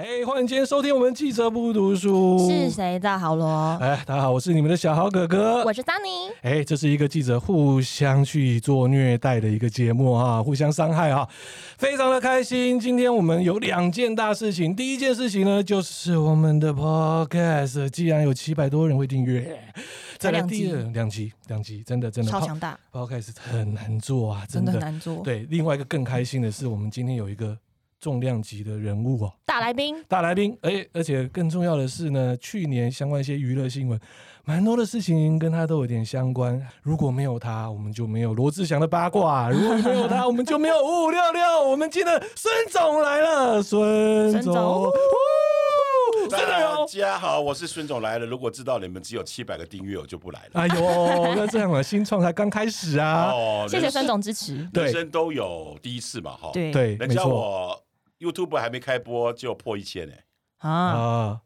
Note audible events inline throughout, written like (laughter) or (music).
嘿欢迎今天收听我们记者不读书。是谁在好罗？哎，大家好，我是你们的小豪哥哥。我是丹尼。哎，这是一个记者互相去做虐待的一个节目啊，互相伤害啊，非常的开心。今天我们有两件大事情，第一件事情呢，就是我们的 podcast 既然有七百多人会订阅，再来才两第集二两集，两集，真的真的超强大， podcast 很难做啊，真真的很的。难做。对，另外一个更开心的是，我们今天有一个重量级的人物哦，大来宾，大来宾，而且而且更重要的是呢，去年相关一些娱乐新闻，蛮多的事情跟他都有点相关。如果没有他，我们就没有罗志祥的八卦；如果没有 (laughs) 他，我们就没有五五六六。我们今天的孙总来了，孙孙总，总呼 (laughs) 真的大有。哦家好，我是孙总来了。如果知道你们只有七百个订阅，我就不来了。哎呦，那这样啊，新创才刚开始啊！哦谢谢人生孙总支持。对人生都有第一次嘛，哈。，对对，人没家错我 YouTube 还没开播就破一千呢，啊，啊，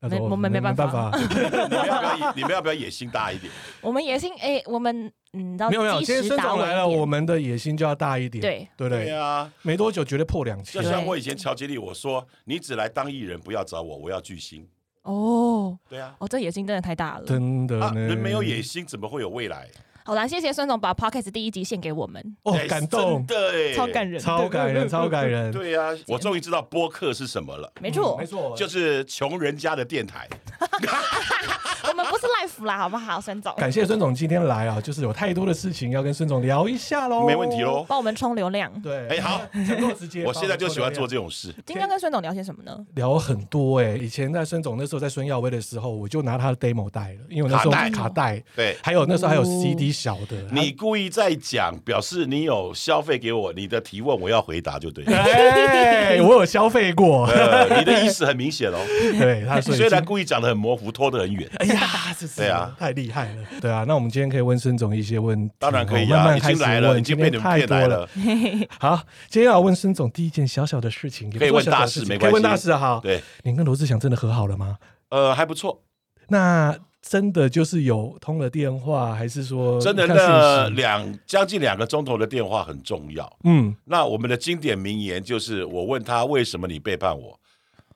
那没我们没办办法法， (laughs) 你们要不要？你们要不要野心大一点？我们也是哎，我们嗯，你知道没有没有，及今天时孙达总稳来一了，点我们的野心就要大一点，对对不对对，啊，没多久绝对破两就千，像我以前乔杰利，我说你只来当艺人，不要找我，我要巨星。哦对啊，哦，这野心真的太大了。真的啊，呢，人没有野心怎么会有未来？好啦，谢谢孙总把 podcast 第一集献给我们，哦哎，感动真，的哎，超感。人，超感人，超感人，对啊，我终于知道播客是什么了，没错没，错，就是穷人家的电台。我们不是 live 啦，好不好？孙总，感谢孙总今天来啊，就是有太多的事情要跟孙总聊一下喽，没问题喽 (laughs) 帮我们冲流量。对，哎好，讲够直接， (laughs) 我现在就喜啊欢做这种事。今天跟孙总聊些什么呢？聊很多哎、以前在孙总那时候在孙耀威的时候，我就拿他的 demo 带了，因为我那时候卡带卡带，对，还有那时候还有哦 CD 小的，你故意在讲，表示你有消费给我，你的提问我要回答就对 (laughs) (laughs) 了。哎，我有消费 (laughs) 过，呃，你的意思很明显哦，对 (laughs) 他所以虽然故意讲的很模糊，拖得 (laughs) 很远。哎呀，这是 (laughs) 对啊太厉害了，对啊。那我们今天可以问孙总一些问题，当然可以慢啊，慢已开经始来了，问，已经今被天你们太骗多来了。。 (laughs) 好，今天要问孙总第一件小小的事情，也不可以问是小小的大事情没可以关问系大事啊。好，对，您跟罗志祥真的和好了吗？呃，还不错，那真的就是有通了电话，还是说真的看讯那息两将近两个钟头的电话很重要。嗯，那我们的经典名言就是：我问他为什么你背叛我，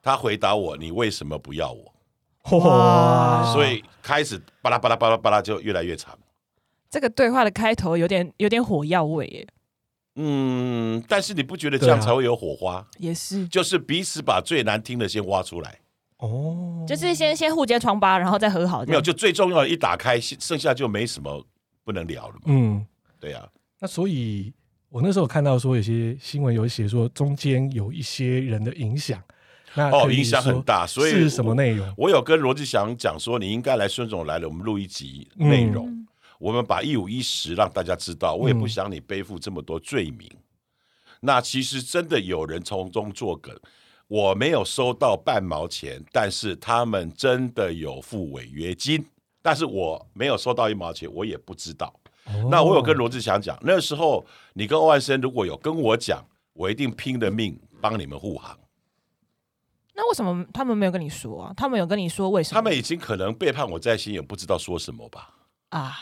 他回答我你为什么不要我。哇，所以开始巴拉巴拉巴拉巴拉就越来越长。这个对话的开头有点有点火药味耶，嗯，但是你不觉得这样对啊才会有火花？也是，就是彼此把最难听的先挖出来，哦，就是先先互揭疮疤，然后再和好。没有就最重要的一打开，剩剩下就没什么不能聊了嘛。嗯，对啊，那所以。我那时候看到说，有些新闻有写说中间有一些人的影响，那哦可以影响说很大所以是什么内容？我有跟罗志祥讲说，你应该来孙总来了，我们录一集内容，我们把一五一十让大家知道。我也不想你背负这么多罪名。那其实真的有人从中作梗，我没有收到半毛钱，但是他们真的有付违约金，但是我没有收到一毛钱，我也不知道。哦那我有跟罗志祥讲，那时候你跟欧万生如果有跟我讲，我一定拼了命帮你们护航。那为什么他们没有跟你说啊？他们有跟你说为什么？他们已经可能背叛我在心，也不知道说什么吧。啊，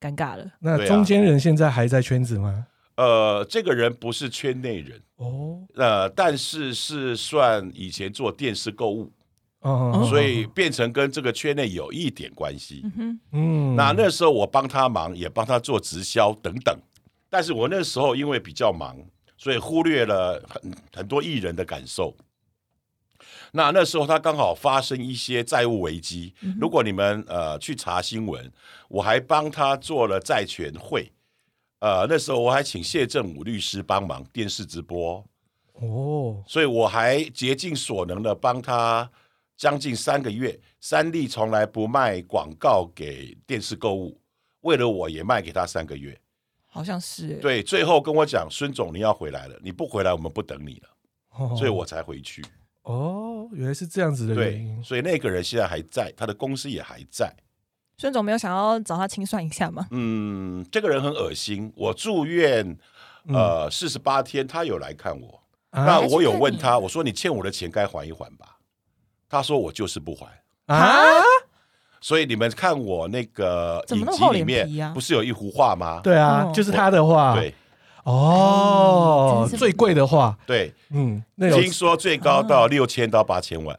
尴尬了。那对啊中间人现在还在圈子吗？呃，这个人不是圈内人，哦，呃，但是是算以前做电视购物，哦所以变成跟这个圈内有一点关系。嗯嗯那那时候我帮他忙，也帮他做直销等等，但是我那时候因为比较忙，所以忽略了很很多艺人的感受。那那时候他刚好发生一些债务危机，如果你们呃去查新闻，我还帮他做了债权会，呃，那时候我还请谢振武律师帮忙电视直播，哦，所以我还竭尽所能的帮他将近三个月，三立从来不卖广告给电视购物，为了我也卖给他三个月。哼，好像是。，对，最后跟我讲，孙总你要回来了，你不回来我们不等你了，哦所以我才回去。哦，原来是这样子的原对，因。所以那个人现在还在，他的公司也还在。孙总没有想要找他清算一下吗？嗯，这个人很恶心。我住院呃四十八天，他有来看我，那嗯啊我有问他，我说你欠我的钱该还一还吧，他说我就是不还。啊，所以你们看我那个怎么影那么集厚里脸皮面，啊不是有一幅画吗？对啊，哦就是他的话，对，哦真，是最贵的话，对，嗯，那有听说最高哦到六千到八千万，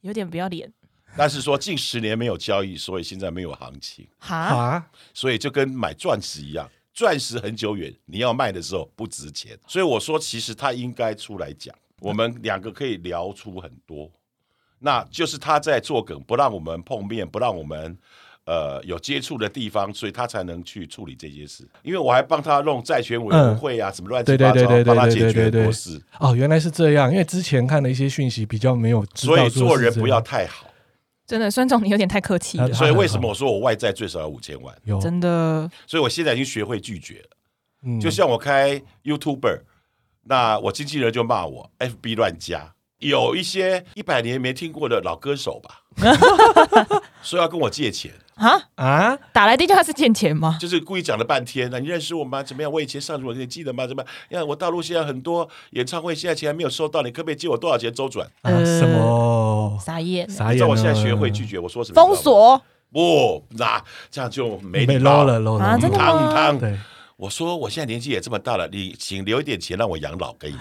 有点不要脸但是说近十年没有交易，所以现在没有行情，哈。啊，所以就跟买钻石一样，钻石很久远，你要卖的时候不值钱。所以我说，其实他应该出来讲，我们两个可以聊出很多。那就是他在做梗，不让我们碰面，不让我们呃有接触的地方，所以他才能去处理这些事。因为我还帮他弄债权委员会啊，什么乱嗯七对对八糟对对，对帮他对解对决对很对多事。哦，原来是这样，因为之前看的一些讯息比较没有知道所说以是这样，做人不要太好。真的，孙总你有点太客气了啊， (laughs) 所以为什么我说我外债最少要五千万？有，真的。所以我现在已经学会拒绝了。嗯就像我开 YouTuber，那我经纪人就骂我 FB 乱加，有一些一百年没听过的老歌 (laughs) 手吧，说要跟我借钱，啊，啊，打来的就他是欠钱吗？就是故意讲了半天那你认识我吗？怎么样？我以前上什么你记得吗？怎么样？呀，我大陆现在很多演唱会，现在钱还没有收到，你可不可以借我多少钱周转？啊呃什么？傻眼，傻眼你知了！道我现在学会拒绝，我说什么？封锁不，那这样就没被礼捞貌了，。捞了嗯啊，真的汤吗？汤对，我说我现在年纪也这么大了，你请留一点钱让我养老可以吗？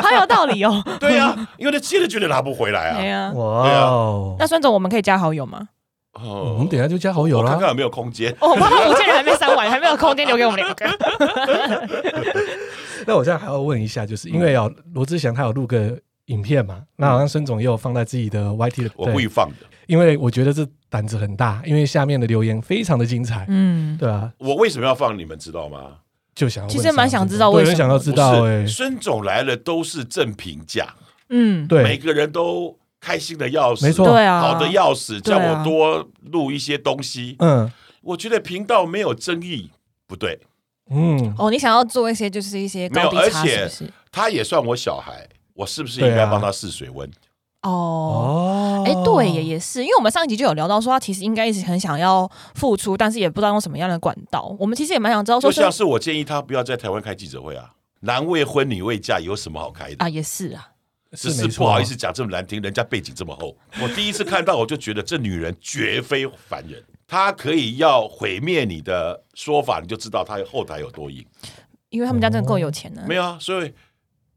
好有道理哦。对呀、因为他借了绝对拿不回来哎啊。呀，哇哦那！孙总我们可以加好友吗？哦我们等一下就加好友啊我看看啦。有没有空间。哦，我怕他五千人还没删 (laughs) 完，还没有空间留给我们两个。那我现在还要问一下，就是因为哦，嗯罗志祥他有录个影片嘛，那好像孙总也有放在自己的 YT 的，嗯我对故意放的。因为我觉得这胆子很大，因为下面的留言非常的精彩，嗯，对啊，我为什么要放？你们知道吗？就想要问其实蛮想知道对为什么很想要知道不是哎，孙总来了都是正评价，嗯，对，每个人都开心的要死，没错对啊，好的要死，对叫啊我多录一些东西。嗯我觉得频道没有争议，不对，嗯，哦，你想要做一些就是一些高低没有差，而是且不是？他也算我小孩，我是不是对啊应该帮他试水温？哦，哦。哎，对耶，也是，因为我们上一集就有聊到说，他其实应该一直很想要付出，但是也不知道用什么样的管道。我们其实也蛮想知道说就是像是我建议他不要在台湾开记者会啊，男未婚女未嫁有什么好开的？啊，也是啊，只没是错不好意思讲这么难听，人家背景这么厚。我第一次看到我就觉得这女人绝非凡人，她可以要毁灭你的说法，你就知道她后台有多硬。因为他们家真的够有钱呢。没有啊，所以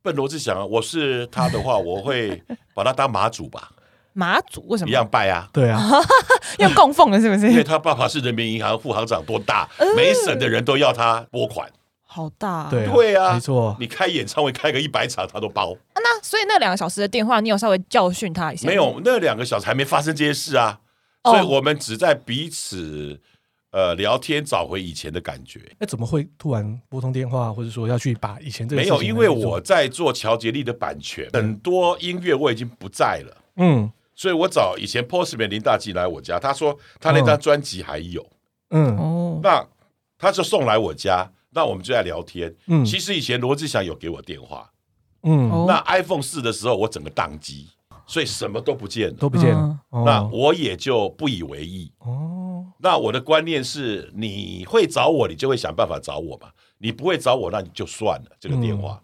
笨罗志祥啊，我是他的话，我会把他当马祖吧，马祖为什一么样拜啊。对啊，要供奉了？是不 (laughs) 因为是？他爸爸是人民银行副行长，多大？每省的人都要他拨款。好大啊对对啊没错，你开演唱会开个一百场，他都包。啊那所以那两个小时的电话，你有稍微教训他一下？没有，那两个小时还没发生这些事啊，哦所以我们只在彼此呃聊天，找回以前的感觉。那哎怎么会突然拨通电话，或者说要去把以前这个没有，事情因为来做我在做乔杰利的版权，很多音乐我已经不在了，嗯所以我找以前 Postman 林大吉来我家，他说他那张专辑还有，嗯哦，那他就送来我家，那我们就在聊天。嗯其实以前罗志祥有给我电话，嗯哦那 iPhone 四的时候我整个宕机，所以什么都不见了，都不见嗯了那哦我也就不以为意。哦那我的观念是，你会找我，你就会想办法找我嘛。你不会找我，那你就算了这个电话。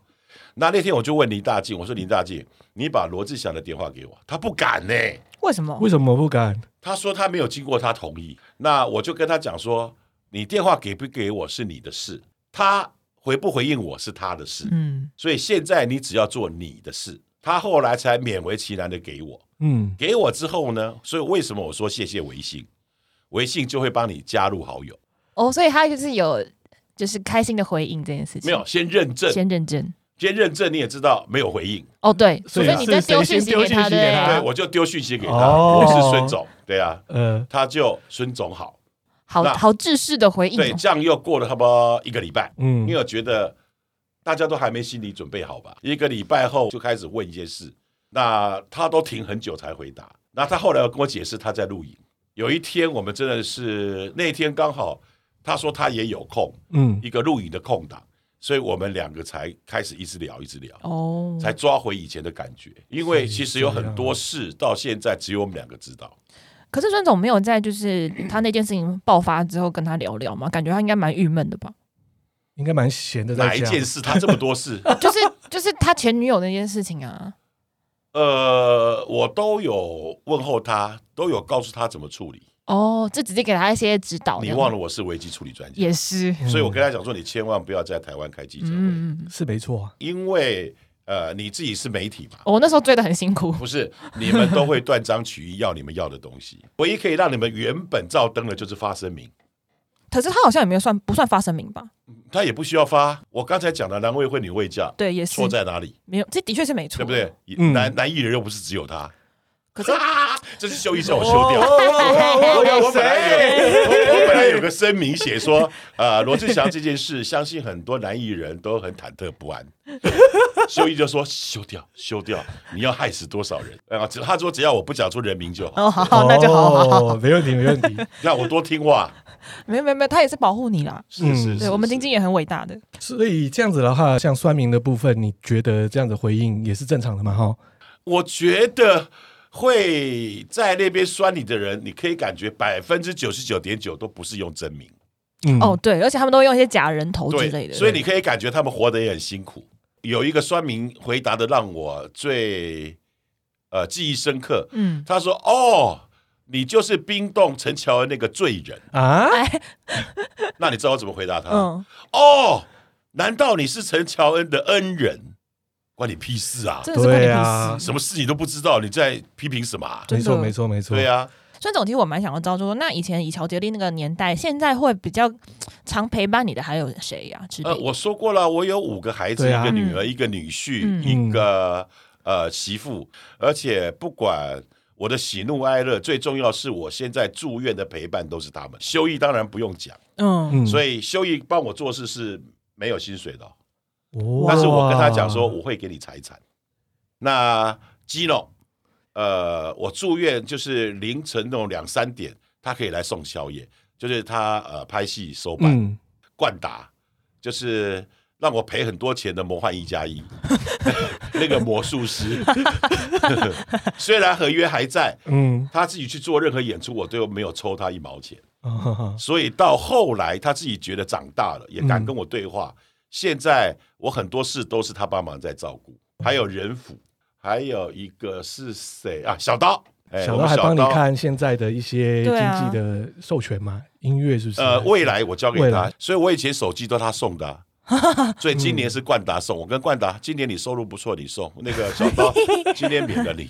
那那天我就问林大进，我说林大进，你把罗志祥的电话给我，他不敢呢、为什么？为什么不敢？他说他没有经过他同意。那我就跟他讲说，你电话给不给我是你的事，他回不回应我是他的事。嗯，所以现在你只要做你的事。他后来才勉为其难的给我，嗯给我之后呢，所以为什么我说谢谢微信，微信就会帮你加入好友。哦，所以他就是有就是开心的回应这件事情，没有，先认证，先认真。先认证，你也知道没有回应，哦，对，所所以以你在是谁丢讯息先丢给讯息他，给对他对啊我就丢讯息给他，哦我是孙总，对啊，呃他就孙总好，好那好制式的回应对，哦。这样又过了差不多一个礼拜，嗯因为我觉得大家都还没心理准备好吧，一个礼拜后就开始问一些事，那他都停很久才回答，那他后来有跟我解释他在录影，有一天我们真的是那天刚好他说他也有空，嗯一个录影的空档，所以我们两个才开始一直聊，一直聊。哦，才抓回以前的感觉，因为其实有很多事到现在只有我们两个知道。可是孙总没有在 (clears throat) 就是他那件事情爆发之后跟他聊聊嘛，感觉他应该蛮郁闷的吧？应该蛮闲的在哪家，一件事？他这么 (laughs) 多事，就是就是他前女友那件事情啊，呃，我都有问候他，都有告诉他怎么处理。哦，这只是给他一些指导。你忘了我是危机处理专家，也是，所以我跟他讲说，你千万不要在台湾开记者会，嗯，是没错啊。因为呃你自己是媒体嘛， (laughs) 哦我那时候追的很辛苦。不是你们都会断章取义要你们要的东西，唯一可以让你们原本照登的就是发声明。可是他好像也没有算不算发声明吧？他也不需要发。我刚才讲的男未婚女未嫁，对，也是错在哪里？没有，这的确是没错，对不？对？嗯男男艺人又不是只有他，可 (laughs) 是哦这是修一下我修掉。我本来谁？有我我本来有个声明写说，呃，罗志祥这件事，相信很多男艺人都很忐忑不安。修一就说修掉，修掉，你要害死多少人啊？只他说只要我不讲出人名就好， (laughs) 哦，好 (laughs) 好，那就好好好， (laughs) 哦，没问题，没问题。让我多听话。没有没有没有，他也是保护你啦。是是嗯是，对我们是嗯晶晶也很伟大的，所以这样子的话，像酸民的部分，你觉得这样子回应也是正常的嘛？哈，我觉得会在那边酸你的人，你可以感觉百分之九十九点九都不是用真名，嗯哦，，对，而且他们都会用一些假人头之类的，所以你可以感觉他们活得也很辛苦。有一个酸民回答的让我最呃记忆深刻，嗯，他说：“哦，你就是冰冻陈乔恩那个罪人。 (laughs) 啊，哎，”那你知道我怎么回答他？嗯，哦，难道你是陈乔恩的恩人？关你屁事啊！真的是关你对啊屁事。什么事你都不知道，你在批评什么、啊？没错，真的没错，没错。对啊，所以总体我蛮想要知道，就说那以前以乔杰利那个年代，现在会比较常陪伴你的还有谁呀？之类呃，的我说过了，我有五个孩子，对啊一个女儿，一个女婿，嗯一个呃媳妇，而且不管。我的喜怒哀乐，最重要是我现在住院的陪伴都是他们。修义当然不用讲，嗯，嗯所以，以修义帮我做事是没有薪水的哦、哇但是我跟他讲说，我会给你财产。那基诺，呃，我住院就是凌晨那种两三点，他可以来送宵夜，就是他呃拍戏收版，嗯，冠达，就是让我赔很多钱的《魔幻一加一》， (laughs) 那个魔术师， (laughs) 虽然合约还在，嗯，他自己去做任何演出，我都没有抽他一毛钱。啊哈 (laughs) 哈所以到后来，他自己觉得长大了，也敢跟我对话。现在我很多事都是他帮忙在照顾，还有人府，还有一个是谁啊？小刀，哎小我刀们还帮你刀看现在的一些经对啊济的授权嘛，音乐是不是？呃，未来我交给未他来，所以我以前手机都他送的 (laughs) 啊、所以今年是冠达送。我跟冠达，今年你收入不错，你送那个小 (laughs) 刀，今年免了你。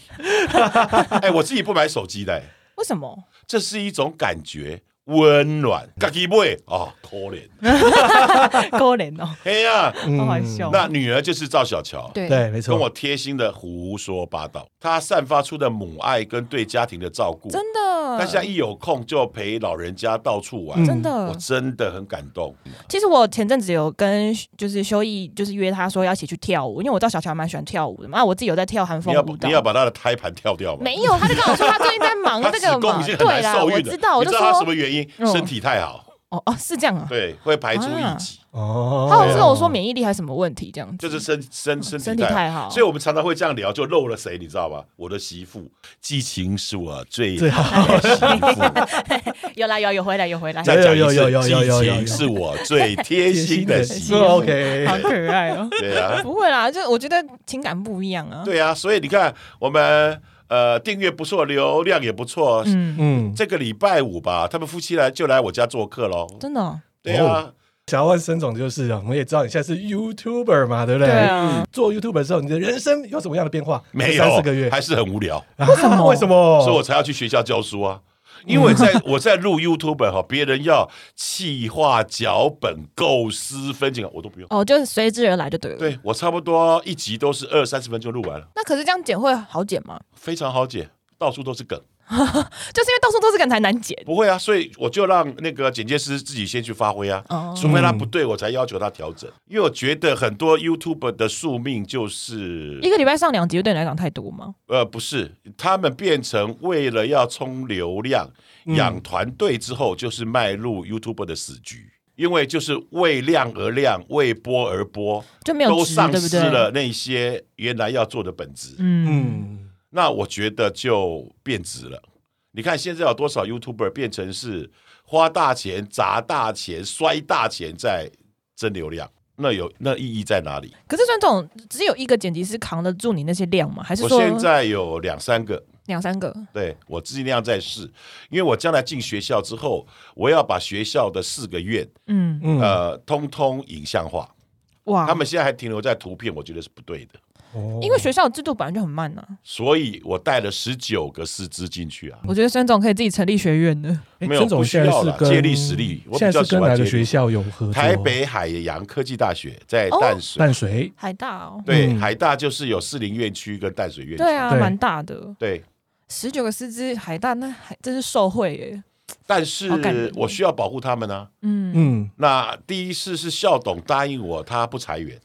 (laughs) 哎，我自己不买手机的、哎为什么？这是一种感觉，温暖。自己买哦，可怜。勾脸哦，哎呀，嗯好好笑那女儿就是赵小乔， (laughs) 对对，没跟错我，贴心的胡说八道，她散发出的母爱跟对家庭的照顾，真的，她现在一有空就陪老人家到处玩嗯，真我的，真的很感动。其实我前阵子有跟就是修毅，就是约他说要一起去跳舞，因为我知道小乔蛮喜欢跳舞的嘛，啊我自己有在跳韩你风要舞把蹈你。要把他的胎盘跳掉吗？没 (laughs) 有，他就跟我说他最近在忙他这子个宫嘛已经，很对难啦，受我孕了，知道，我就你知道他什说么原嗯因？身体太好，哦哦是这样啊，对，会排出异己，哦，他有跟我说免疫力还是什么问题这样子，就是身身身身体体太好。太好，所以我们常常会这样聊，就漏了谁，你知道吧？我的媳妇，激情是我最最好的媳妇。有啦有有回来有回来， (laughs) 再讲一有有次有，有有有激有情是我最贴心的媳是妇。。OK，好可爱哦 (laughs) 对 (laughs) 啊，不会啦，就我觉得情感不一样啊。对啊，所以你看，我们呃订阅不错，流量也不错。嗯，嗯，这个礼拜五吧，他们夫妻来就来我家做客喽。真的哦，对啊，想要问孙总就是，啊我们也知道你现在是 YouTuber 嘛，对不对？对啊，做 YouTuber 的时候，你的人生有什么样的变化？没有三四个月，哦还是很无聊。为什么？为什么？所以我才要去学校教书啊。因为在嗯我在录 YouTube 哈，别人要企划、脚本、构思、分镜，我都不用。哦，就是随之而来就对了。，对我差不多一集都是二三十分钟录完了，那可是这样剪会好剪吗？非常好解，到处都是梗。就是因为到处都是梗才难剪。不会啊，所以我就让那个剪接师自己先去发挥啊，哦，除非他不对，我才要求他调整。因为我觉得很多 YouTube 的宿命就是一，个礼拜上两集对你来讲太多吗？呃，不是，他们变成为了要冲流量、嗯养团队之后，就是迈入 YouTube 的死局，因为就是为量而量，为播而播，就没有都值，丧对不失对？了那些原来要做的本质。嗯，嗯，那我觉得就变质了。你看现在有多少 YouTuber 变成是花大钱、砸大钱、摔大钱在争流量，那有那意义在哪里？可是孙总只有一个剪辑师扛得住你那些量吗？还是我说现在有两三个，两三个，对我尽量在试，因为我将来进学校之后，我要把学校的四个院嗯，啊嗯，呃通通影像化。哇，他们现在还停留在图片，我觉得是不对的。哦因为学校的制度本来就很慢呐、所以我带了十九个师资进去啊，我觉得孙总可以自己成立学院的，诶没有曾哎总不需现在要是了跟借力使力我比现在较是喜跟欢哪个借力学校有合作？台北海洋科技大学在哦淡水，淡水，海大哦，对、嗯海大就是有士林院区跟淡水院区，对啊，对蛮大的，对十九个师资，海大那还真是受贿耶，但好感人是我需要保护他们啊。嗯，嗯，那第一次是校董答应我，他不裁员。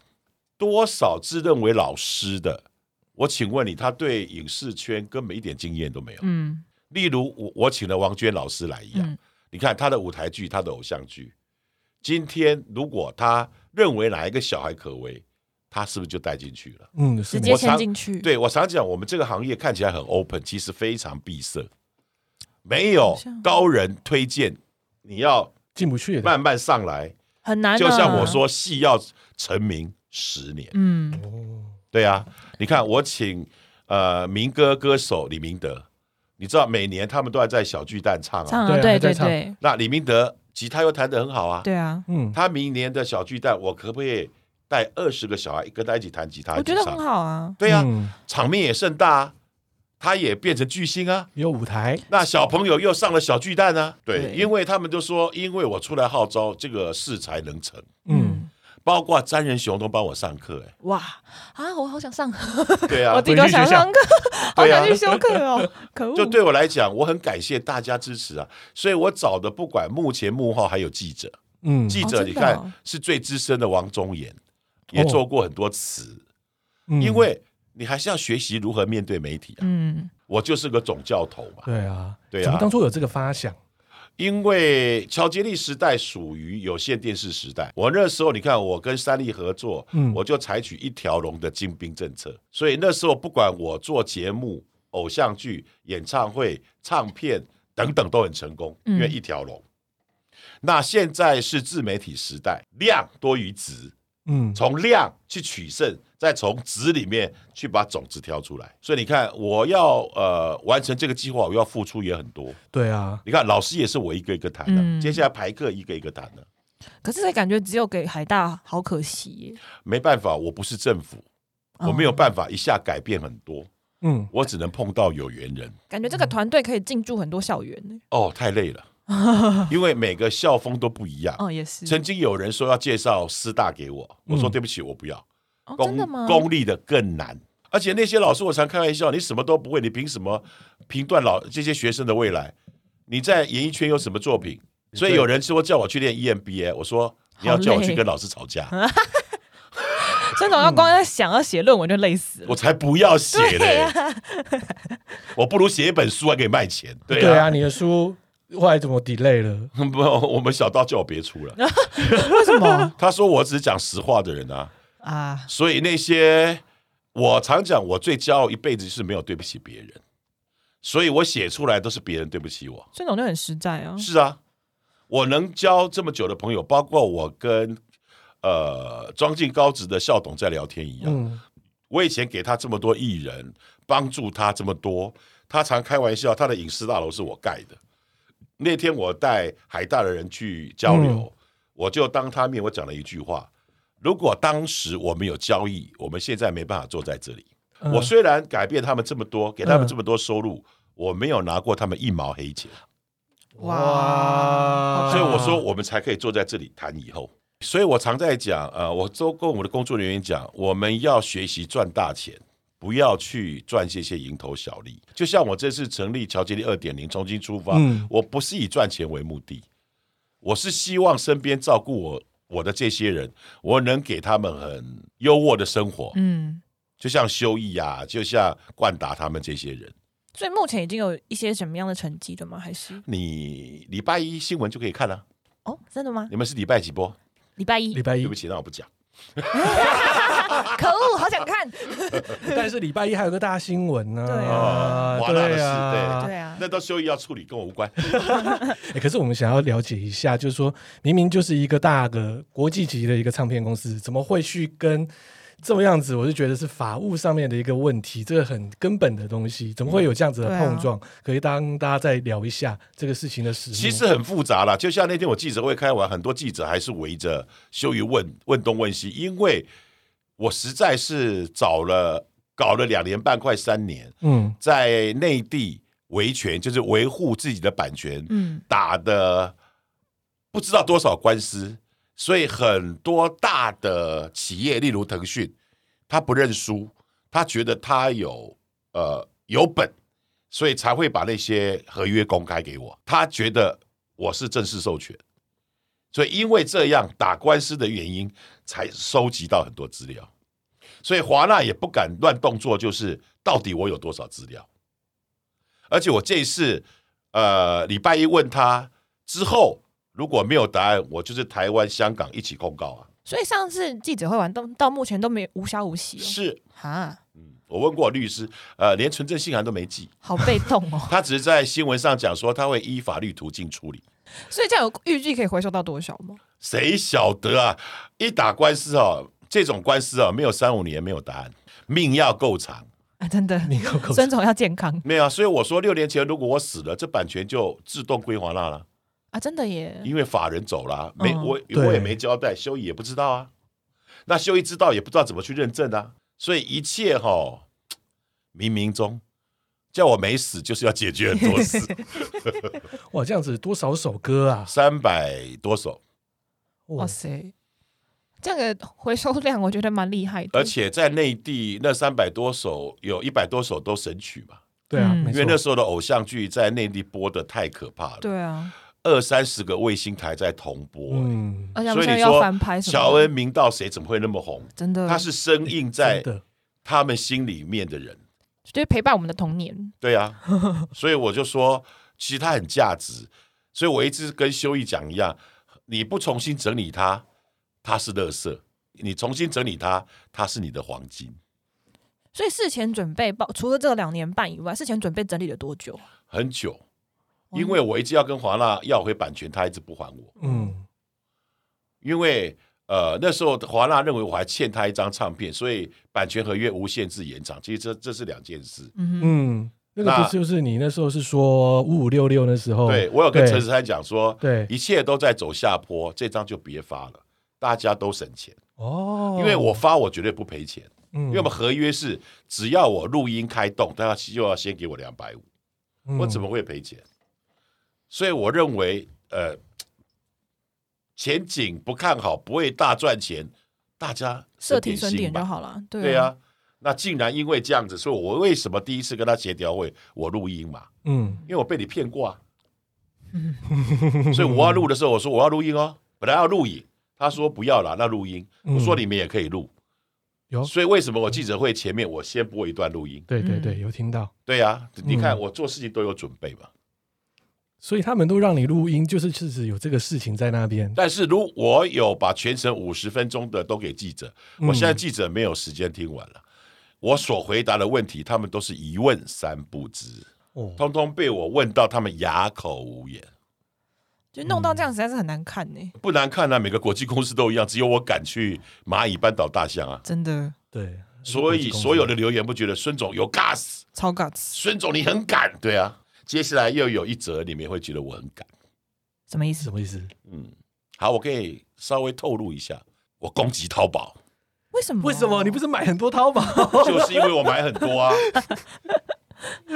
多少自认为老师的，我请问你，他对影视圈根本一点经验都没有。嗯例如我我请了王娟老师来一样，嗯你看他的舞台剧，他的偶像剧，今天如果他认为哪一个小孩可为，他是不是就带进去了？嗯，是直吗接我签常进去，，对我常讲，我们这个行业看起来很 open，其实非常闭塞，没有好像高人推荐，你要进不去的。慢慢上来。很难、啊，就像我，说，戏要成名十年，嗯，对啊，你看我请呃民歌歌手李明德，你知道每年他们都还在小巨蛋唱唱啊，啊，对啊对还在对唱对那李明德吉他又弹得很好啊，对啊，嗯，他明年的小巨蛋，我可不可以带二十个小孩跟他一起弹吉他？我觉一得起很唱好啊，对啊，嗯场面也盛大啊，他也变成巨星啊。有舞台，那小朋友又上了小巨蛋啊，对对，因为他们就说，因为我出来号召，这个事才能成。嗯，包括詹仁雄都帮我上课、哎，哇啊，我好想上， (laughs) 对啊 (laughs) 我，自己都想上 (laughs) 课，好对啊想去修课 (laughs) 哦，可恶，就对我来讲，我很感谢大家支持啊，所以我找的不管幕前幕后还有记者，嗯，记哦者真你的看哦是最资深的王宗炎，也做过很多词，嗯因为你还是要学习如何面对媒体啊。嗯，我就是个总教头嘛，对啊，对啊怎么当初有这个发想？因为乔杰利时代属于有线电视时代，我那时候你看我跟三立合作，嗯我就采取一条龙的精兵政策，所以那时候不管我做节目、偶像剧、演唱会、唱片等等都很成功，嗯因为一条龙。那现在是自媒体时代，量多于质，嗯，从量去取胜，再从值里面去把种子挑出来。所以你看，我要呃完成这个计划，我要付出也很多。对啊，你看，老师也是我一个一个谈的，嗯接下来排课一个一个谈的，可是感觉只有给海大，好可惜耶，没办法，我不是政府，我没有哦办法一下改变很多，嗯，我只能碰到有缘人。感觉这个团队可以进驻很多校园呢。哦，太 (laughs) 累了，因为每个校风都不一样。哦，也是。曾经有人说要介绍师大给我，我说嗯对不起，我不要。哦，真公的吗？公立的更难，而且那些老师我常开玩笑，你什么都不会，你凭什么评断老这些学生的未来？你在演艺圈有什么作品？所以有人说叫我去练 E EMBA，我说你要叫我好累去跟老师吵架。孙总要光在想要写论文就累死了。我才不要写嘞！ (laughs) 我不如写一本书还可以卖钱。对对啊，啊，你的书后来怎么 delay 了？ (laughs) 不，我们小道叫我别出了。为什 (laughs) 么他说我只是讲实话的人啊，啊？所以那些我常讲，我最骄傲一辈子就是没有对不起别人，所以我写出来都是别人对不起我。孙总就很实在啊。是啊，我能交这么久的朋友，包括我跟呃庄敬高职的校董在聊天一样，嗯，我以前给他这么多艺人，帮助他这么多，他常开玩笑，他的影视大楼是我盖的。那天我带海大的人去交流，嗯我就当他面我讲了一句话：如果当时我们有交易，我们现在没办法坐在这里。嗯我虽然改变他们这么多，给他们嗯这么多收入，我没有拿过他们一毛黑钱，哇所以我嗯说我们才可以坐在这里谈以后。所以我常在讲，呃，我都跟我的工作人员讲，我们要学习赚大钱，不要去赚这些蝇头小利。就像我这次成立乔杰利二点零，重新出发，嗯我不是以赚钱为目的，我是希望身边照顾我我的这些人，我能给他们很优渥的生活，嗯，就像修义啊，就像冠达他们这些人。所以目前已经有一些什么样的成绩了吗？还是你礼拜一新闻就可以看了、哦，真的吗？你们是礼拜几播？礼拜一礼，拜一对不，起，那我不讲。 (laughs) 可恶，好想看。但是礼拜一还有个大新闻呢，对啊华纳的事对啊，对啊，那都修义要处理，跟我无关。欸可是我们想要了解一下，就是说明明就是一个大的国际级的一个唱片公司，怎么会去跟这样子，我就觉得是法务上面的一个问题，这个很根本的东西，怎么会有这样子的对啊碰撞？可以当大家再聊一下这个事情的始末。其实很复杂啦，就像那天我记者会开完，很多记者还是围着羞于问问东问西，因为我实在是找了搞了两年半，快三年，嗯，在内地维权，就是维护自己的版权，嗯，打的不知道多少官司，所以很多大的企业，例如腾讯，他不认输，他觉得他有呃有本，所以才会把那些合约公开给我。他觉得我是正式授权，所以因为这样打官司的原因，才收集到很多资料。所以华纳也不敢乱动作，就是到底我有多少资料？而且我这一次，呃，礼拜一问他之后，如果没有答案，我就是台湾、香港一起控告啊。所以上次记者会完到到目前都没无消无息、哦，是，哈，我问过律师，呃，连纯正信函都没寄，好被动 (laughs) 哦。他只是在新闻上讲说他会依法律途径处理。所以这样有预计可以回收到多少吗？谁晓得啊？一打官司哦，这种官司哦，没有三五年没有答案，命要够长。啊，真的，你口口孙总要健康没有啊，所以我说六年前如果我死了，这版权就自动归还那了。啊，真的耶。因为法人走了啊、没嗯我对我也没交代，修仪也不知道啊。那修仪知道也不知道怎么去认证啊，所以一切哈、冥冥中叫我没死，就是要解决很多 (laughs) 事，哇，这样子多少首歌啊？三百多首，哇哇，塞，这样的回收量我觉得蛮厉害的，而且在内地那三百多首有一百多首都神曲嘛，对啊，嗯没因为那错，时候的偶像剧在内地播的太可怕了，对啊，二三十个卫星台在同播、嗯，而且他所们以现在你要说翻拍什么的？乔恩明道谁怎么会那么红？真的，他是生硬在真的，他们心里面的人。就是陪伴我们的童年。对呀、所以我就说，其实它很价值。所以我一直跟修义讲一样，你不重新整理它，它是垃圾；你重新整理它，它是你的黄金。所以事前准备包，除了这两年半以外，事前准备整理了多久？啊嗯很久，哦因为我一直要跟华纳要回版权，他一直不还我，嗯，因为。呃，那时候华纳认为我还欠他一张唱片，所以版权合约无限制延长。其实这这是两件事。嗯哼，嗯，那个那不就是你那时候是说五五六六那时候？对我有跟哦对陈十三讲说，对一切都在走下坡，这张就别发了，大家都省钱。哦，因为我发我绝对不赔钱，嗯，因因为我们合约是只要我录音开动，他就要先给我两百五，嗯我怎么么会赔钱？所以我认为，呃，前景不看好，不会大赚钱，大家设停损心点吧就。好了。对对啊，那竟然因为这样子，所以我为什么第一次跟他协调会我录音嘛？嗯因为我被你骗 (laughs) 过啊。所以我要录的时候，我说我要录音哦，本来要录影，他说不要啦，那录音。嗯我说你们也可以录。有所以为什么我记者会前面我先播一段录音？对对嗯对有听到，对呀、啊，你看嗯我做事情都有准备嘛。所以他们都让你录音，就是确实有这个事情在那边。但是如我有把全程五十分钟的都给记者，嗯我现在记者没有时间听完了。我所回答的问题，他们都是一问三不知，哦，通通被我问到他们哑口无言。就弄嗯到这样实在是很难看呢、不难看啊，每个国际公司都一样，只有我敢去蚂蚁搬倒大象啊。真的对，所以所有的留言不觉得孙总有 gas，超 guts，孙总你很敢，对啊。接下来又有一则，你们也会觉得我很敢。什么意是思什？么意思？嗯，好，我可以稍微透露一下，我攻击淘宝， (laughs) 为什么？为什么你不是？是买很多淘宝？就是因为我买很 (laughs) 多啊，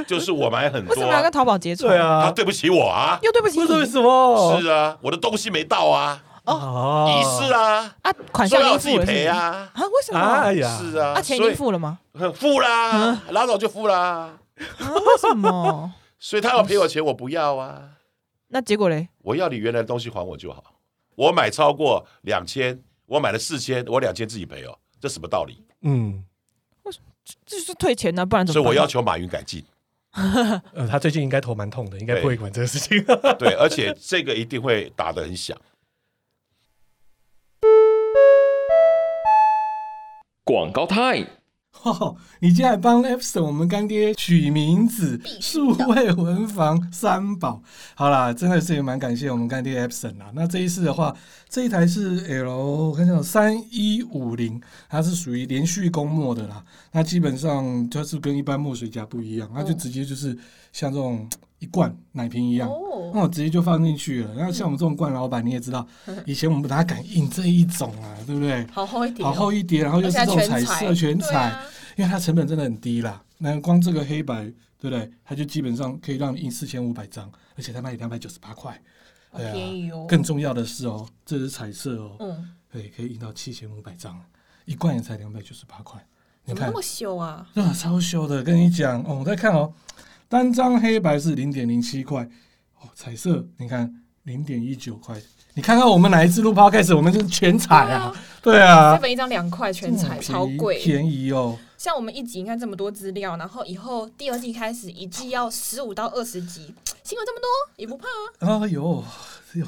就是我买很为什多、么要啊跟，淘宝结仇？对，他啊， (laughs) 对不起我啊，又对不起为什么为你什么？哦是啊，我的东西没到啊，哦遗失啊，啊，款说项要应我自己付了是不赔是啊？啊，为什么？哎呀，是啊，啊，钱已所经以付了嗯吗？付啦，拉倒就付啦，啊，为什么？所以他要赔我钱，我不要啊，那结果嘞？我要你原来的东西还我就好，我买超过两千，我买了四千，我两千自己赔哦，这什么道理？嗯，就是退钱啊呢、不然怎所么办？以我要求马云改进。呃，他最近应该头蛮痛的，应该不会管这个事情。对，而且这个一定会打得很响。广告 time。哦， (laughs) 你竟然帮 Epson 我们干爹取名字，数位文房三宝。好啦，真的是也蛮感谢我们干爹 Epson 啦。那这一次的话，这一台是 L，我看一下三一五零，它是属于连续供墨的啦。那基本上它是跟一般墨水夹不一样，它就直接就是像这种一罐奶瓶一样，哦那我直接就放进去了。那像我们这种罐老板，你也知道，以前我们哪敢印这一种啊，对不对？好厚一点、哦好厚一叠，然后又是这种彩色全对彩，啊，因为它成本真的很低啦。那光这个黑白，对不对？它就基本上可以让你印四千五百张，而且它卖两百九十八块，啊好便宜哦。更重要的是哦，这是彩色哦，嗯，对，可以印到七千五百张，一罐也才两百九十八块。你怎么看那，么修啊？啊，超修的，跟你讲哦，我在看哦，单张黑白是零点零七块，哦，彩色你看零点一九块，你看看我们哪一次录 podcast，我们是全彩啊，对啊这，本一张两块，全彩嗯超便宜贵。便宜哦。像我们一集你看这么多资料，然后以后第二季开始一季要十五到二十集，新闻这么多也不怕啊。哎呦，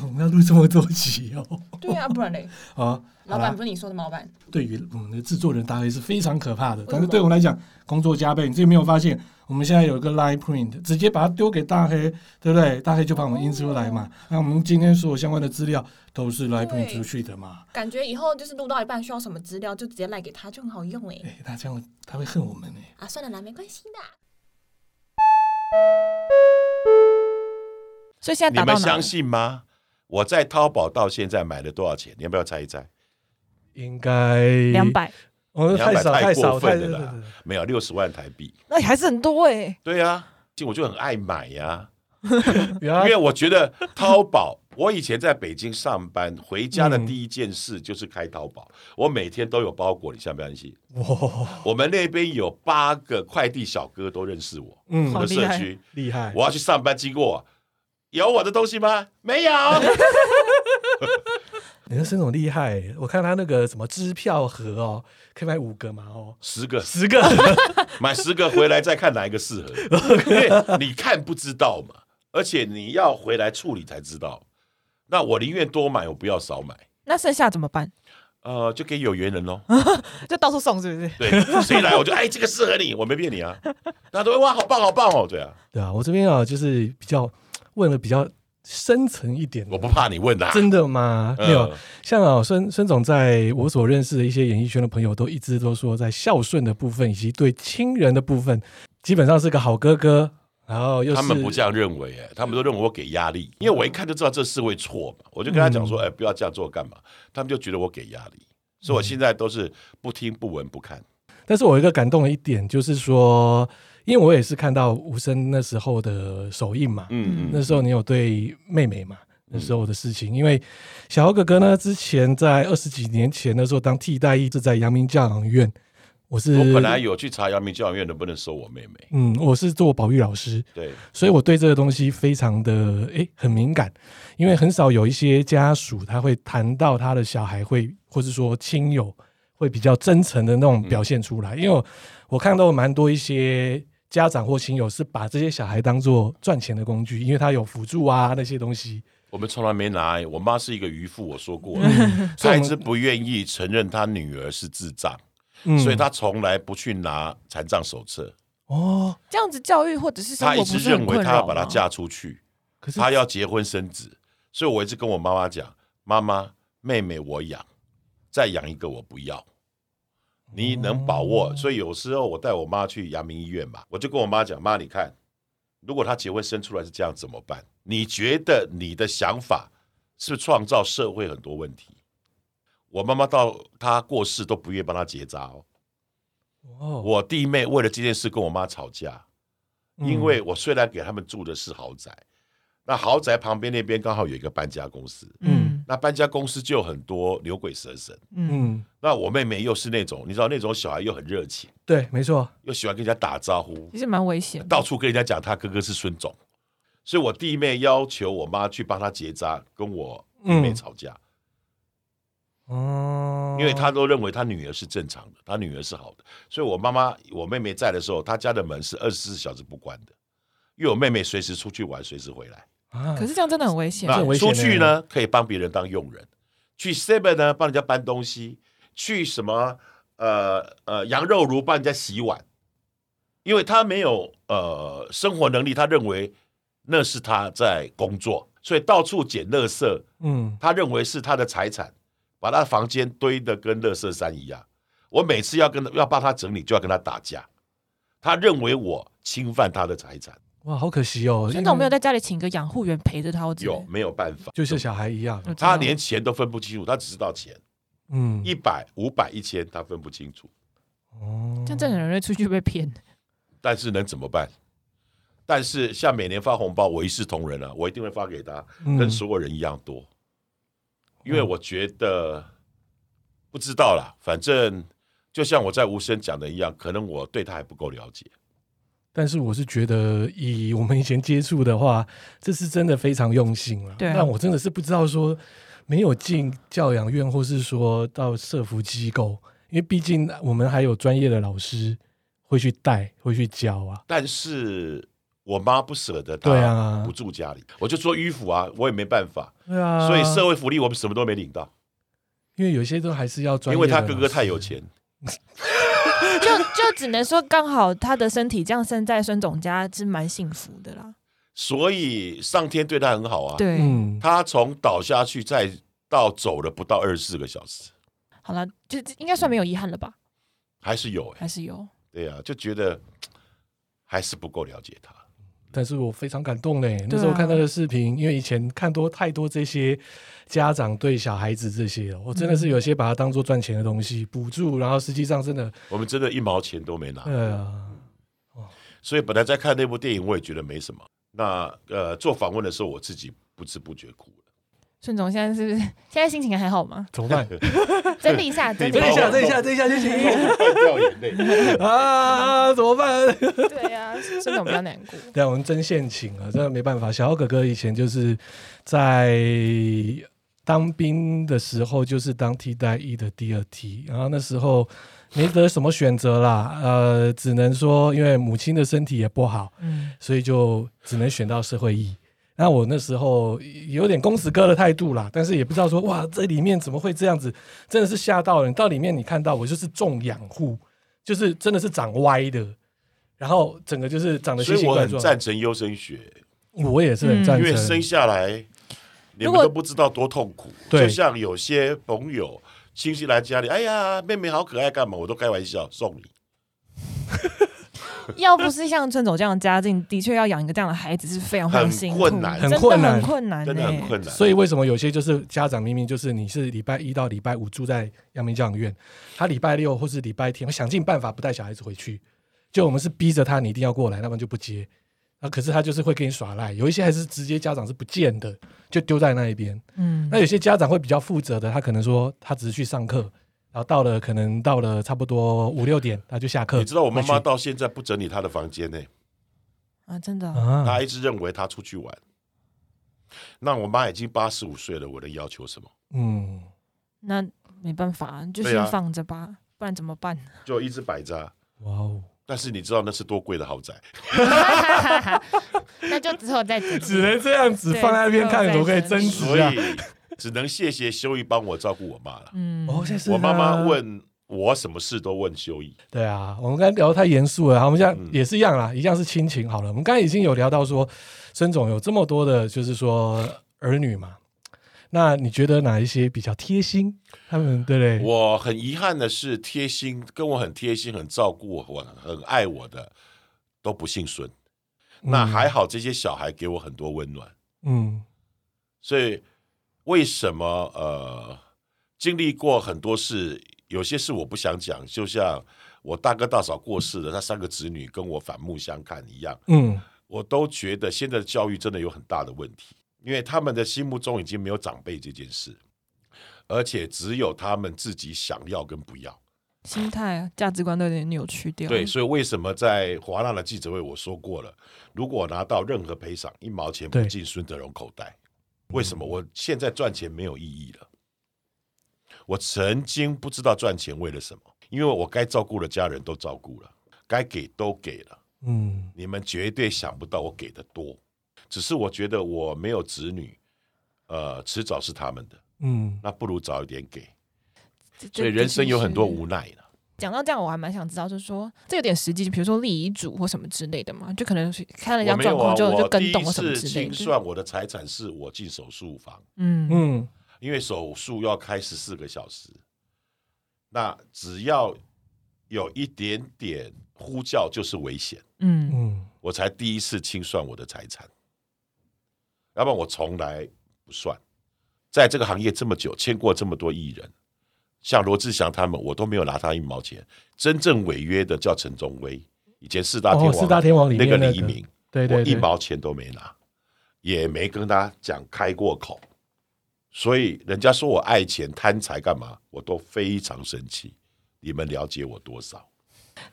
我们要录这么多集哦！对啊，不然嘞，啊，老好啦板不是你说的吗？老板，对于我们的制作人搭黑是非常可怕的，什么但是对我们来讲，工作加倍。你自己没有发现，我们现在有一个 live print，直接把它丢给大黑，对不对？大黑就把我们印出来嘛。那我们今天所有相关的资料都是 live print 对出去的嘛。感觉以后就是录到一半需要什么资料就直接赖给他，就很好用 (laughs) 哎、哎，他这样他会恨我们呢。啊，算了啦，没关系的。所以现在你打到们哪相？信吗？我在淘宝到现在买了多少钱？你要不要猜一猜？应该两，百，哦，两太百少太过少太分了啦，没有六十万台币。那还是很多哎、对啊，其实我就很爱买呀、原啊因来为我觉得淘宝，我以前在北京上班，回家嗯的第一件事就是开淘宝，我每天都有包裹，你相不相信？哇，我们那边有八个快递小哥都认识我，嗯我好的厉社害区，厉害，我要去上班经过，有我的东西吗？没有。 (laughs) 你的孙总厉害欸，我看他那个什么支票盒哦，可以买五个嘛哦，十个十 (laughs) 个，买十个回来再看哪一个 (laughs) 适合，因为你看不知道嘛，而且你要回来处理才知道。那我宁愿多买，我不要少买，那剩下怎么办？呃，就给有缘人喽。就到处送是不是？对，谁来我就哎，这个适合你，我没骗你啊。大家都会哇，好棒，好棒哦，对啊，对啊，我这边啊，就是比较问了比较深层一点的我不怕你问啊，真的吗？嗯没有，像啊，孙孙总在我所认识的一些演艺圈的朋友，都一直都说，在孝顺的部分以及对亲人的部分，基本上是个好哥哥。然后又是他们不这样认为，哎，他们都认为我给压力，因为我一看就知道这事会错嘛，我就跟他讲说，嗯哎，不要这样做干嘛？他们就觉得我给压力，所以我现在都是不听不闻不看。但是我有一个感动的一点，就是说，因为我也是看到无声那时候的首映嘛，嗯那时候你有对妹妹嘛？那时候的事情，因为小豪哥哥呢，之前在二十几年前的时候当替代役，是在阳明教养院。我是我哦本来有去查阳明教养院能不能收我妹妹，嗯，我是做保育老师，对，所以我对这个东西非常的诶很敏感，因为很少有一些家属他会谈到他的小孩会，或是说亲友会比较真诚的那种表现出嗯来，因为我我看到蛮多一些。家长或亲友是把这些小孩当做赚钱的工具，因为他有辅助啊那些东西。我们从来没拿。我妈是一个渔夫，我说过了，嗯所以我 (laughs) 她一们直不愿意承认她女儿是智障，嗯所以她从来不去拿残障手册。哦，这样子教育或者是生她活一不直是认很为困她要扰啊把她吗？嫁出去，可是她要结婚生子，所以我一直跟我妈妈讲：“妈妈，妹妹我养，再养一个我不要。”你哦能把握，所以有时候我带我妈去阳明医院嘛，我就跟我妈讲：“妈，你看，如果她结婚生出来是这样怎么办？你觉得你的想法是不是创造社会很多问题？”我妈妈到她过世都不愿意帮她结扎哦。哦，我弟妹为了这件事跟我妈吵架，嗯因为我虽然给他们住的是豪宅，那豪宅旁边那边刚好有一个搬家公司，嗯那搬家公司就有很多牛鬼蛇神。嗯，嗯，那我妹妹又是那种，你知道那种小孩又很热情，对，没错，又喜欢跟人家打招呼，其实蛮危险的。到处跟人家讲他哥哥是孙总，所以我弟妹要求我妈去帮她结扎，跟我弟妹吵架，嗯哦，因为她都认为她女儿是正常的，她女儿是好的，所以我妈妈我妹妹在的时候，她家的门是二十四小时不关的，因为我妹妹随时出去玩，随时回来。啊可是这样真的很危险那。很那危险出欸去呢，可以帮别人当佣人；去 Seven 呢，帮人家搬东西；去什么呃呃羊肉炉帮人家洗碗，因为他没有呃生活能力，他认为那是他在工作，所以到处捡垃圾，嗯，他认为是他的财产，把他房间堆得跟垃圾山一样。我每次要跟他要帮他整理，就要跟他打架，他认为我侵犯他的财产，哇，好可惜哦，真的我没有在家里请个养护员陪着他，我只有没有办法？就像小孩一样，我知道他连钱都分不清楚，他只知道钱嗯，一百、五百、一千，他分不清楚。哦像这种人会出去被骗，但是能怎么办？但是像每年发红包，我一视同仁了、我一定会发给他，嗯跟所有人一样多，因为我觉得不知道啦，反正就像我在无声讲的一样，可能我对他还不够了解。但是我是觉得，以我们以前接触的话，这是真的非常用心了。对啊但我真的是不知道说没有进教养院，或是说到社服机构，因为毕竟我们还有专业的老师会去带，会去教啊。但是我妈不舍得对他啊不住家里，我就做迂腐啊，我也没办法，对啊，所以社会福利我们什么都没领到，因为有些都还是要专因业为的他老师，哥哥太有钱。就就只能说刚好他的身体这样生在孙总家是蛮幸福的啦。所以上天对他很好啊。对，嗯，他从倒下去再到走了不到二十四个小时，好了，就应该算没有遗憾了吧？还是有哎、还是有，对啊，就觉得嘖还是不够了解他。但是我非常感动嘞。那时候看他的视频，因为以前看多太多这些家长对小孩子这些了，我真的是有些把它当做赚钱的东西补助，然后实际上真的，我们真的一毛钱都没拿，呃， (laughs) 所以本来在看那部电影，我也觉得没什么。那呃，做访问的时候，我自己不知不觉哭了。孙总现在是不是现在心情还好吗？怎么 (laughs) 办？整理一下，整理这 (laughs) 等一一下， (laughs) 下，这一下，这一下就行掉眼泪，啊！怎么办？ (laughs) 对啊，孙总比较难过。对，我们真现情啊，真的没办法。小奥哥哥以前就是在当兵的时候，就是当替代役的第二梯，然后那时候没得什么选择啦，呃，只能说因为母亲的身体也不好，嗯，所以就只能选到社会役。那我那时候有点公子哥的态度啦，但是也不知道说哇，这里面怎么会这样子，真的是吓到人。到里面你看到我就是重养护，就是真的是长歪的，然后整个就是长得所奇以形我怪很赞状。成优生学，我也是很赞嗯因成，为生下来你如们果都不知道多痛苦。对就像有些朋友亲戚来家里，哎呀，妹妹好可爱，干嘛？我都开玩笑送你。要不是像孙总这样的家境，的确要养一个这样的孩子是非常非常辛苦，很困难真的很困难很困难欸真的很困难。难。哎所以为什么有些就是家长明明就是你是礼拜一到礼拜五住在阳明教养院，他礼拜六或是礼拜天想尽办法不带小孩子回去，就我们是逼着他你一定要过来，要不然就不接。啊，可是他就是会跟你耍赖，有一些还是直接家长是不见的，就丢在那一边。嗯，那有些家长会比较负责的，他可能说他只是去上课，然后到了可能到了差不多五六点他就下课。你知道我妈回嗯妈去到现在不整理她的房间呢、啊，真的啊，啊，她一直认为她出去玩。那我妈已经八十五岁了，我能要求什么？嗯，那没办法，就对先啊放着吧，不然怎么 (laughs) 办？ (laughs) 就一直摆着啊。哇哦，但是你知道那是多贵的豪宅？那就之后再整理只能这样子放在那边看，怎么可以争所执啊？以只能谢谢修一帮我照顾我妈了。嗯，哦，现在是我妈妈啊问我什么事都问修一，对啊，我们刚才聊得太严肃了，好我们现在嗯也是一样啦，一样是亲情好了。我们刚才已经有聊到说，孙总有这么多的，就是说儿女嘛，那你觉得哪一些比较贴心？他们对不对？我很遗憾的是，贴心跟我很贴心、很照顾我、我很爱我的都不姓孙。那还好，这些小孩给我很多温暖。嗯所以为什么呃，经历过很多事，有些事我不想讲，就像我大哥大嫂过世了，他三个子女跟我反目相看一样，嗯，我都觉得现在的教育真的有很大的问题，因为他们的心目中已经没有长辈这件事，而且只有他们自己想要跟不要。心态、价值观都有点扭曲掉。嗯对，所以为什么在华纳的记者会我说过了，如果拿到任何赔偿，一毛钱不对进孙德荣口袋。为什么我现在赚钱没有意义了？我曾经不知道赚钱为了什么，因为我该照顾的家人都照顾了，该给都给了，嗯你们绝对想不到我给的多。只是我觉得我没有子女，呃，迟早是他们的，嗯，那不如早一点给。这所以人生有很多无奈了。讲到这样，我还蛮想知道，就是说这有点实际，比如说立遗嘱或什么之类的嘛，就可能是看了一我下没状有啊，况就、就我第跟动一或什么之次类清的。算我的财产是我进手术房，嗯嗯，因为手术要开十四个小时，那只要有一点点呼叫就是危险，嗯嗯，我才第一次清算我的财产，要不然我从来不算。在这个行业这么久，签过这么多艺人，像罗志祥他们，我都没有拿他一毛钱。真正违约的叫陈忠威，以前四大天哦，王、啊四大天王里那面个那黎明，对我对一对，毛钱都没拿，也没跟他讲开过口，所以人家说我爱钱贪财干嘛，我都非常生气。你们了解我多少？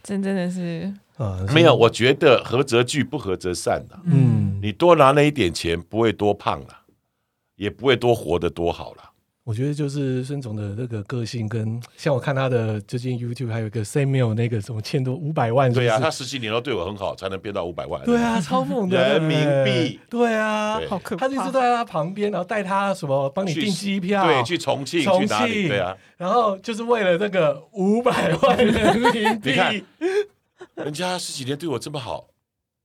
真真的是，啊没有，，我觉得合则聚，不合则散呐、是嗯，你多拿那一点钱，不会多胖啦，也不会多活得多好啦。我觉得就是孙总的那个个性跟，像我看他的最近 YouTube 还有一个 Samuel 那个什么欠多五百万，对啊，他十几年都对我很好，才能变到五百万。对， (laughs) 啊，超猛的人民币，对啊对，好可怕他就一直在他旁边，然后带他什么帮你去订机票，对，去重庆，重去哪里？庆对啊，然后就是为了那个五百万人民币你，看人家十几年对我这么好，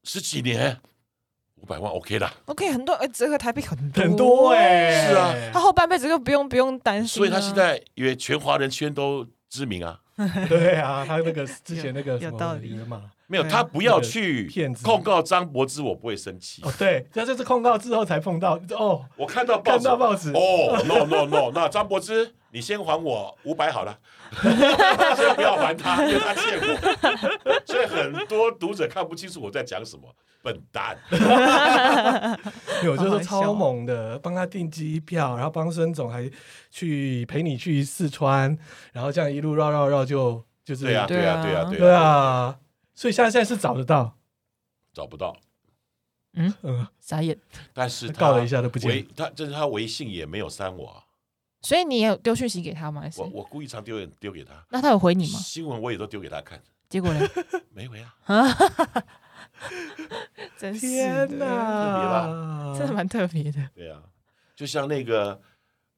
十几年五百万 OK 啦。 OK，很多，哎、这个台币很多很多哎，是啊 (laughs) 他后半辈子就不用不用担心、啊所以他现，在也全华人圈都知名啊。对啊，他那个之前那个有什有么道理嘛，没有，对啊他不要去骗子控告张柏芝，我不会生气哦。对，他就是控告之后才碰到哦，我看到报看纸，到报纸哦，no no no，那张柏芝，你先还我五百 (laughs) 好了，先不要还他，因为他欠我。所以很多读者看不清楚我在讲什么，笨蛋。嗯有就是好好笑超猛的，帮他订机票，然后帮孙总还去陪你去四川，然后这样一路绕绕绕就就是对啊，对对啊，啊对啊，对啊，啊，所以现在现在是找得到，找不到。嗯，嗯，傻眼。但是他告了一下都不见微他这是他微信也没有删我啊，所以你也有丢讯息给他吗？还是我我故意常丢人丢给他，那他有回你吗？新闻我也都丢给他看，结果呢？没回啊。真是的天哪，真的蛮特别的。对啊，就像那个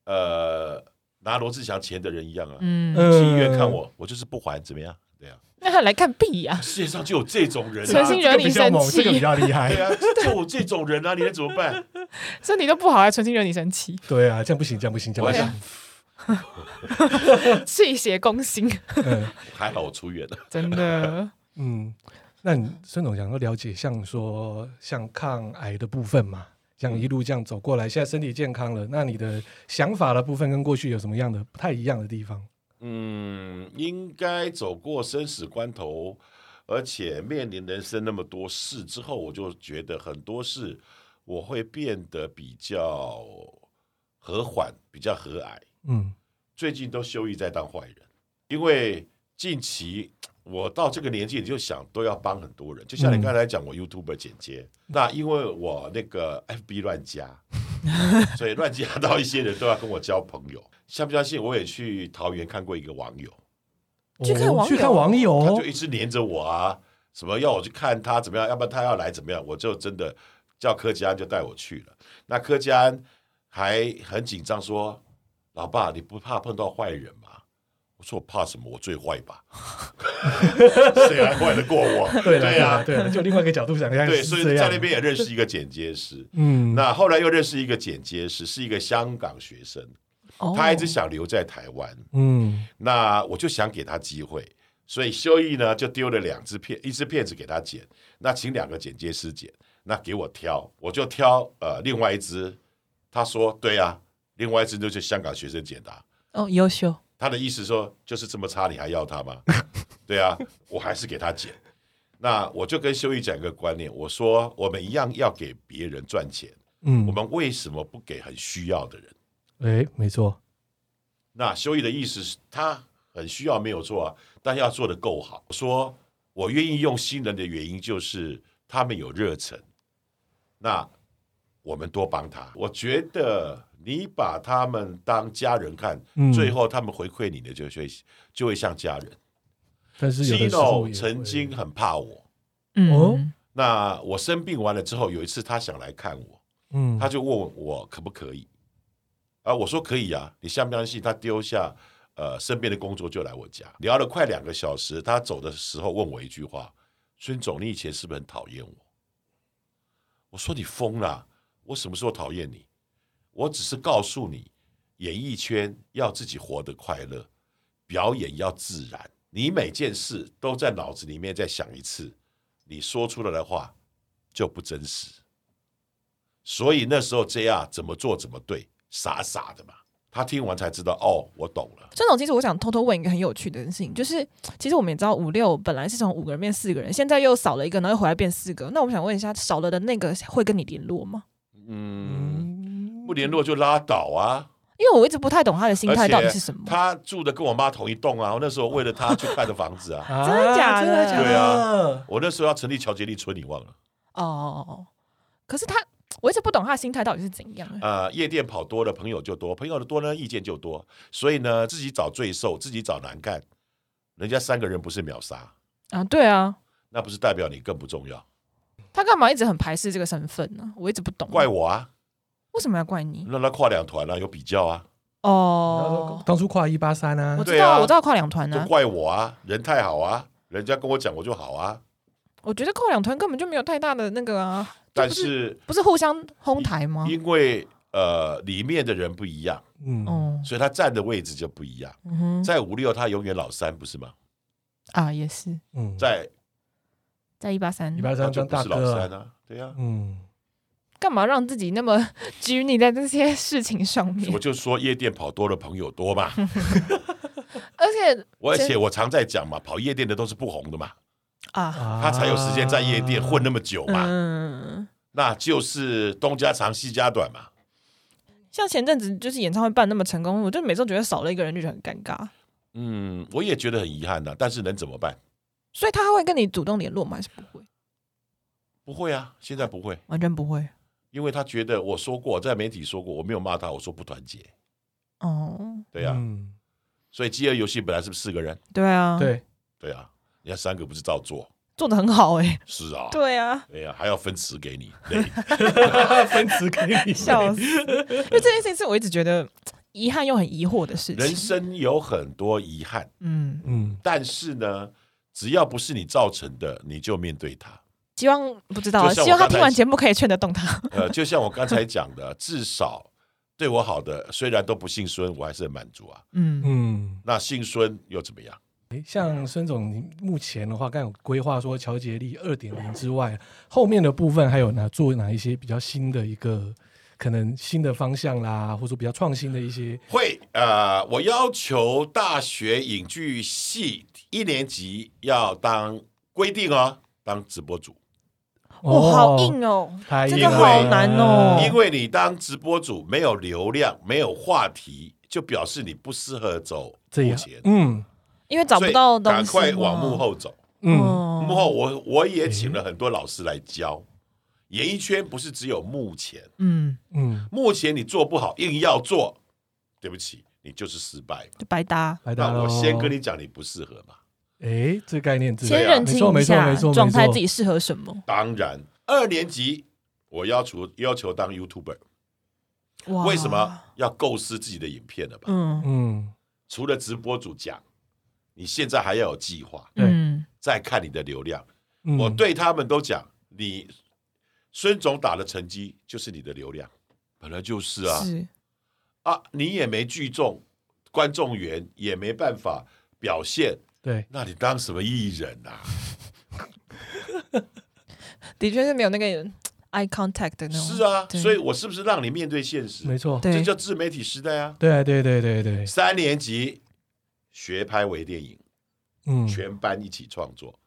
呃拿罗志祥钱的人一样啊，嗯，嗯去医院看我，我就是不还，怎么样？对啊，那他来看屁呀、世界上就有这种人存啊，心惹这个你比较猛生气这个比较厉 (laughs) 对害，啊，就有这种人啊，你能怎么办？身体都不好，还存心惹你生气， (laughs) 对啊，这样不行，这样不行，这我样不还想行，气血攻心， (laughs) 嗯还好我出院了，真的。嗯，那你孙总想要了解，像说像抗癌的部分嘛，像一路这样走过来，现在身体健康了，那你的想法的部分跟过去有什么样的不太一样的地方？嗯，应该走过生死关头，而且面临人生那么多事之后，我就觉得很多事我会变得比较和缓，比较和蔼。嗯最近都休役在当坏人，因为近期我到这个年纪，你就想都要帮很多人，就像你刚才讲，我 YouTube 剪接，那因为我那个 FB 乱加，所以乱加到一些人都要跟我交朋友。相不相信？我也去桃园看过一个网友，去看网友哦去看网他友就，一直黏着我啊，什么要我去看他怎么样，要不然他要来怎么样，我就真的叫柯基安就带我去了。那柯基安还很紧张说：“老爸，你不怕碰到坏人吗？”我说：“我怕什么？我最坏吧， (laughs) 谁还坏得过我？”对了对对呀、了对了，就另外一个角度想，对，所以在那边，边也认识一个剪接师。嗯，那后来又认识一个剪接师，是一个香港学生，哦他一直想留在台湾。嗯那我就想给他机会，所以修义呢就丢了两支片，一支片子给他剪，那请两个剪接师剪，那给我挑，我就挑呃另外一支，他说对啊，另外一支就是香港学生剪的啊、哦优秀，他的意思说就是这么差你还要他吗？ (laughs) 对啊，我还是给他剪。那我就跟修义讲一个观念，我说我们一样要给别人赚钱，嗯，我们为什么不给很需要的人？哎，没错，那修义的意思是他很需要，没有错啊，但要做得够好。说我愿意用新人的原因就是他们有热忱，那我们多帮他。我觉得你把他们当家人看，嗯最后他们回馈你的就会就会像家人。但是有的时候也 Gino 会曾经很怕我，嗯哦那我生病完了之后，有一次他想来看我，嗯他就问我可不可以啊？我说可以啊，你相不相信？他丢下呃身边的工作就来我家，聊了快两个小时。他走的时候问我一句话：“孙总，你以前是不是很讨厌我？”我说：“你疯了、我什么时候讨厌你？我只是告诉你，演艺圈要自己活得快乐，表演要自然。你每件事都在脑子里面再想一次，你说出来的话就不真实。”所以那时候 JR 怎么做怎么对，傻傻的嘛。他听完才知道，哦，我懂了。孙总，其实我想偷偷问一个很有趣的事情，就是其实我们也知道五六本来是从五个人变四个人，现在又少了一个，然后又回来变四个。那我想问一下，少了的那个会跟你联络吗？嗯，嗯不联络就拉倒啊。因为我一直不太懂他的心态而且到底是什么。他住的跟我妈同一栋啊，我那时候为了他去看的房 (laughs) 子啊。啊真的假的真的假对啊的？我那时候要成立乔杰利村，你忘了？哦哦哦，可是他，我一直不懂他的心态到底是怎样。呃，夜店跑多了，朋友就多，朋友的多呢，意见就多。所以呢，自己找罪受，自己找难干。人家三个人不是秒杀，啊，对啊，那不是代表你更不重要？他干嘛一直很排斥这个身份呢？我一直不懂，怪我啊，为什么要怪你？让他跨两团啊，有比较啊，哦，当初跨一八三啊我，知对道，啊我知道跨两团都呢。怪我啊，人太好啊，人家跟我讲我就好啊。我觉得跨两团根本就没有太大的那个啊，但不是是不是互相哄抬吗？因为呃里面的人不一样，嗯，哦，所以他站的位置就不一样。嗯哼，在五六他永远老三不是吗？啊，也是嗯，在在一八三一，八他三就当不大是老哥三啊，啊，对啊。嗯，干嘛让自己那么 (laughs) 拘泥在这些事情上面我？就说夜店跑多了朋友多嘛，而且我而真且我常在讲嘛，跑夜店的都是不红的嘛，啊，他才有时间在夜店混那么么久嘛，嗯，那就是东家长西家短嘛。像前阵子就是演唱会办那么成功，我就每次都觉得少了一个人就觉得很尴尬。嗯，我也觉得很遗憾呐、但是能怎么办？所以他会跟你主动联络吗？还是不会？不会啊，现在不会，完全不会。因为他觉得我说过，在媒体说过，我没有骂他，我说不团结，哦，对呀、嗯，所以饥饿游戏本来是不是四个人？对啊，，对，对啊，人家三个不是照做？做的很好哎、是啊，对 (laughs) 啊，对呀、还要分词给你，对分词给你，笑死！因为这件事情是我一直觉得遗憾又很疑惑的事人情。生有很多遗憾，嗯，嗯，但是呢，只要不是你造成的，你就面对它。希望不知道啊，就像我希望他刚才听完节目可以劝得动他。呃，就像我刚才讲的，至少对我好的，虽然都不姓孙，我还是很满足啊。嗯，嗯，那姓孙又怎么样？诶像孙总，你目前的话，刚有规划说乔杰利二点零之外，后面的部分还有哪做哪一些比较新的一个可能新的方向啦，或者说比较创新的一些，会呃，我要求大学影剧系一年级要当规定哦，当直播主，哇，好硬哦。太真硬的了，好难哦因为你当直播主没有流量，没有话题，就表示你不适合走这目样前，嗯因为找不到东西嘛，赶快往幕后走。嗯哦幕后我我也请了很多老师来教，演艺圈不是只有幕前，嗯，嗯，幕前你做不好，硬要做，对不起，你就是失败。就白搭。来那到我先跟你讲，你不适合嘛。哎，这概念是先对啊认没清错一没错下没错没状态，错自己适合什么。当然，二年级我要求要求当 YouTuber，哇为什么？要构思自己的影片了吧？嗯嗯除了直播主讲，你现在还要有计划，对嗯，再看你的流量。嗯，我对他们都讲，你孙总打的成绩就是你的流量，本来就是啊是啊，你也没聚众，观众缘也没办法表现，对那你当什么艺人啊？的确是没有那个 eye contact 的那种。是啊，对所以我是不是让你面对现实？没错，这对叫自媒体时代啊！对对对对对，三年级学拍微电影，嗯，全班一起创作，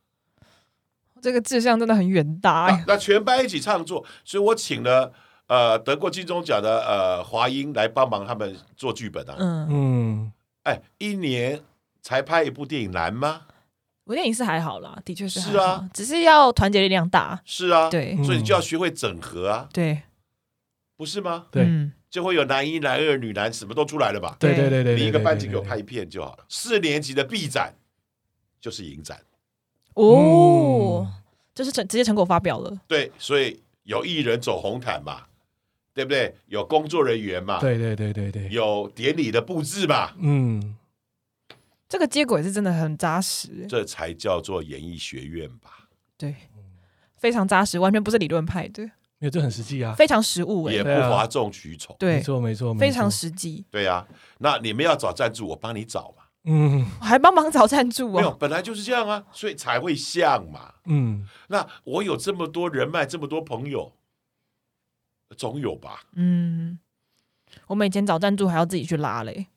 这个志向真的很远大啊哎。那全班一起创作，所以我请了呃得过金钟奖的呃华英来帮忙他们做剧本啊。嗯，嗯哎，一年才拍一部电影难吗？微电影是还好啦，的确是还是啊好，只是要团结力量大。是啊，，对嗯所以你就要学会整合啊，对不是吗？对嗯就会有男一、男二、女男，什么都出来了吧？对对对对，你一个对班对级对给我对拍一片就好了。四年级的 B 展就是影展，哦嗯，就是成直接成果发表了。对，所以有艺人走红毯嘛，对不对？有工作人员嘛，对对对对对，有典礼的布置嘛，嗯，这个接轨是真的很扎实，欸这才叫做演艺学院吧，对，嗯非常扎实，完全不是理论派的，因为这很实际啊。非常实务哎、也不对啊哗众取宠。没对，错，没错，没错非常实际，对呀、那你们要找赞助，我帮你找嘛。嗯还帮忙找赞助没有，哦，本来就是这样啊，所以才会像嘛。嗯，那我有这么多人脉，这么多朋友，总有吧？嗯，我们以前找赞助还要自己去拉嘞，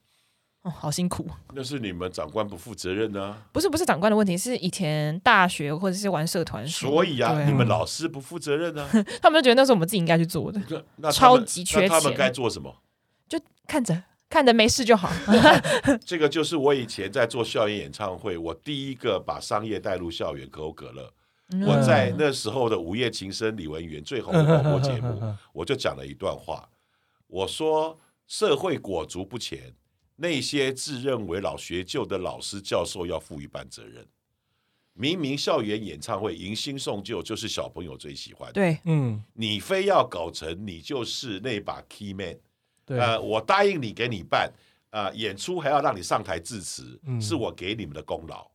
哦，好辛苦。那是你们长官不负责任啊。不是不是长官的问题，是以前大学或者是玩社团的时候，所以啊，对你们老师不负责 (laughs) 任啊。他们就觉得那是我们自己应该去做的，那那他超们级那缺他们钱该做什么？就看着看着没事就好。这个就是我以前在做校园演唱会，我第一个把商业带入校园可口可乐。嗯我 (laughs) 在那时候的《午夜情深》李文源最红的广播节嗯目，我就讲了一段话，我说社会裹足不前，那些自认为老学究的老师教授要负一半责任。明明校园演唱会迎新送旧就是小朋友最喜欢，对，嗯，你非要搞成你就是那把 key man，对，呃，我答应你给你办，呃，演出还要让你上台致辞，嗯是我给你们的功劳。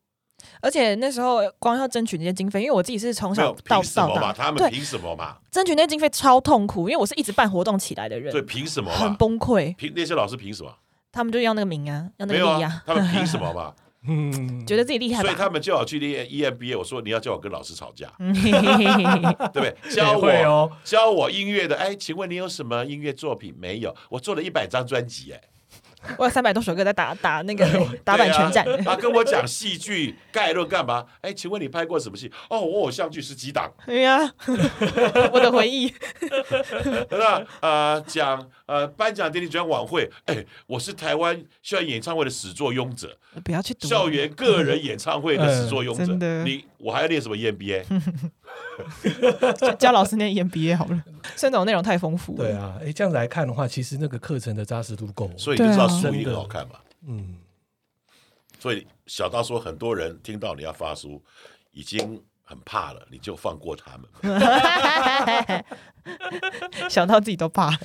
而且那时候光要争取那些经费，因为我自己是从没小有到凭什到么嘛？大，他们对凭什么嘛？争取那些经费超痛苦，因为我是一直办活动起来的人对，，凭什么很嘛？崩溃。凭那些老师凭什么？他们就要那个名啊，要那没个有利啊啊，，他们凭什 (laughs) 么嘛？嗯，觉得自己厉害所以他吧？们叫我去练 E EMBA，我说你要叫我跟老师吵架，嗯嘿嘿嘿嘿嘿对 (laughs) 不对？也教我、会哦，教我音乐的，哎，请问你有什么音乐作品？没有，我做了一百张专辑，哎， (laughs) 我有三百多首歌在打打那个打版权战，对啊他、跟我讲戏剧概论干嘛？哎，请问你拍过什么戏？哦，我偶像剧十几档。 (laughs) 对呀， (laughs) 我的回忆，那呃，讲呃颁奖典礼主讲晚会，哎，我是台湾校园演唱会的始作俑者，不要去读啊校园个人演唱会的始作哎俑嗯真者。的你我还要练什么 E EMBA？教教老师念 EMBA 好了，孙总内容太丰富了。对啊，哎，这样来看的话，其实那个课程的扎实度够，所以以你就知道对啊书一很好看嘛。嗯，所以小大说，很多人听到你要发书，已经很怕了，你就放过他们。 (laughs) 想到自己都怕，哎，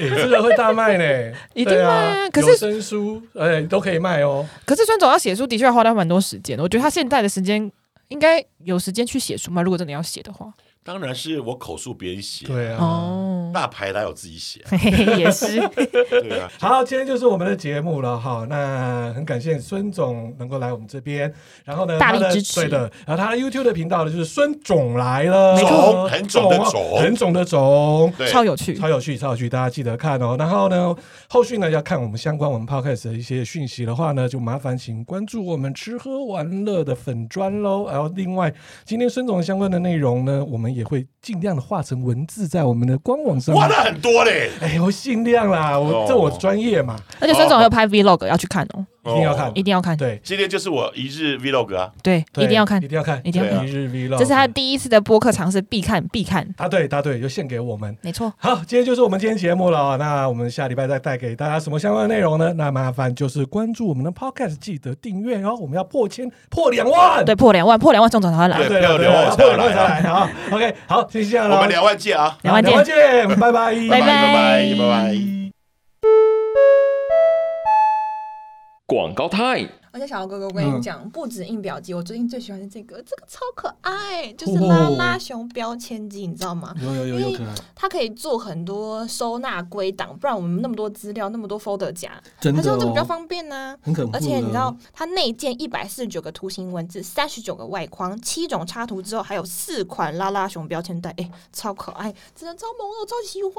这个会大卖呢， (laughs) 一定对卖啊啊可是有声书，哎，都可以卖哦，可是孙总要写书的确要花掉蛮多时间的。我觉得他现在的时间应该有时间去写书嘛，如果真的要写的话。当然是我口述别人写，对啊。哦，大牌哪有自己写啊？ (laughs) 也是，对啊，好，今天就是我们的节目了哈。那很感谢孙总能够来我们这边，然后呢，大力他的支持对的，然后他的 YouTube 的频道呢就是孙总来了，没错很肿的啊肿很肿的肿。对，超有趣超。有趣，超有趣，大家记得看哦。然后呢，后续呢要看我们相关我们 podcast 的一些讯息的话呢，就麻烦请关注我们吃喝玩乐的粉砖喽。然后另外，今天孙总相关的内容呢，我们也会尽量的化成文字在我们的官网上哇，面。那很多嘞，哎，我尽量啦，我、哦这我专业嘛，而且孙总还有拍 Vlog 要去看哦，一定要看哦一定要看。对。今天就是我一日 vlog 啊，对，对一定要看一，定要看，一定要看一日 vlog，这是他第一次的播客尝试，必看必看，答对答对，就献给我们。没错。好，今天就是我们今天节目了啊、那我们下礼拜再带给大家什么相关的内容呢？那麻烦就是关注我们的 podcast，记得订阅哦。我们要破千，破两万，对，破两万，破两万，宋总才会来对。对破对，两万破两才万来才来啊。好 (laughs) OK，好，谢谢这样我了，们两万见啊，两万见两万见，拜拜，拜拜拜拜拜。广告 time。而且小豪哥哥，我跟嗯你讲，不止印表机，我最近最喜欢是这个，这个超可爱，就是哦拉拉熊标签机，你知道吗？有有有有可爱，它可以做很多收纳归档，不然我们那么多资料，那么多 folder 夹，真它是的用哎这比较哦，方便呢、很恐怖的。而且你知道，它内建一百四十九个图形文字，三十九个外框，七种插图之后，还有四款拉拉熊标签袋，哎、超可爱，真的超萌哦，我超喜欢。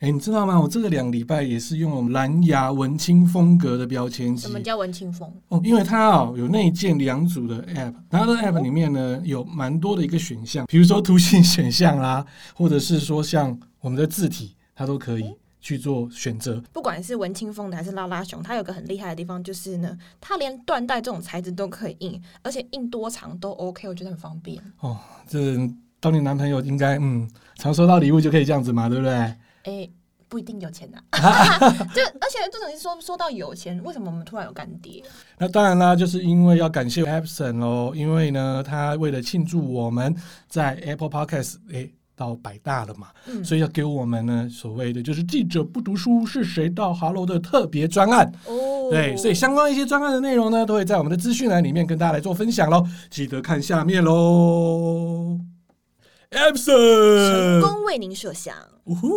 哎、你知道吗？我这个两礼拜也是用我们蓝牙文青风格的标签机什么叫文青风？哦，因为它哦有内建两组的 app，然后它的 app 里面呢有蛮多的一个选项，比如说图形选项啦， (laughs) 或者是说像我们的字体，它都可以去做选择。不管是文青风的还是拉拉熊，它有个很厉害的地方就是呢，它连缎带这种材质都可以印，而且印多长都 OK，我觉得很方便。哦这当你男朋友应该嗯常收到礼物就可以这样子嘛，对不对？哎、不一定有钱呐、啊 (laughs) 就而且这种是说说到有钱，为什么我们突然有干爹？那当然啦，就是因为要感谢 Epson 喽，因为呢，他为了庆祝我们在 Apple Podcast 诶、到百大了嘛，嗯所以要给我们呢所谓的就是记者不读书是谁到哈喽的特别专案。哦对，所以相关一些专案的内容呢，都会在我们的资讯栏里面跟大家来做分享喽，记得看下面喽。成 Epson，功为您设想。呜呼。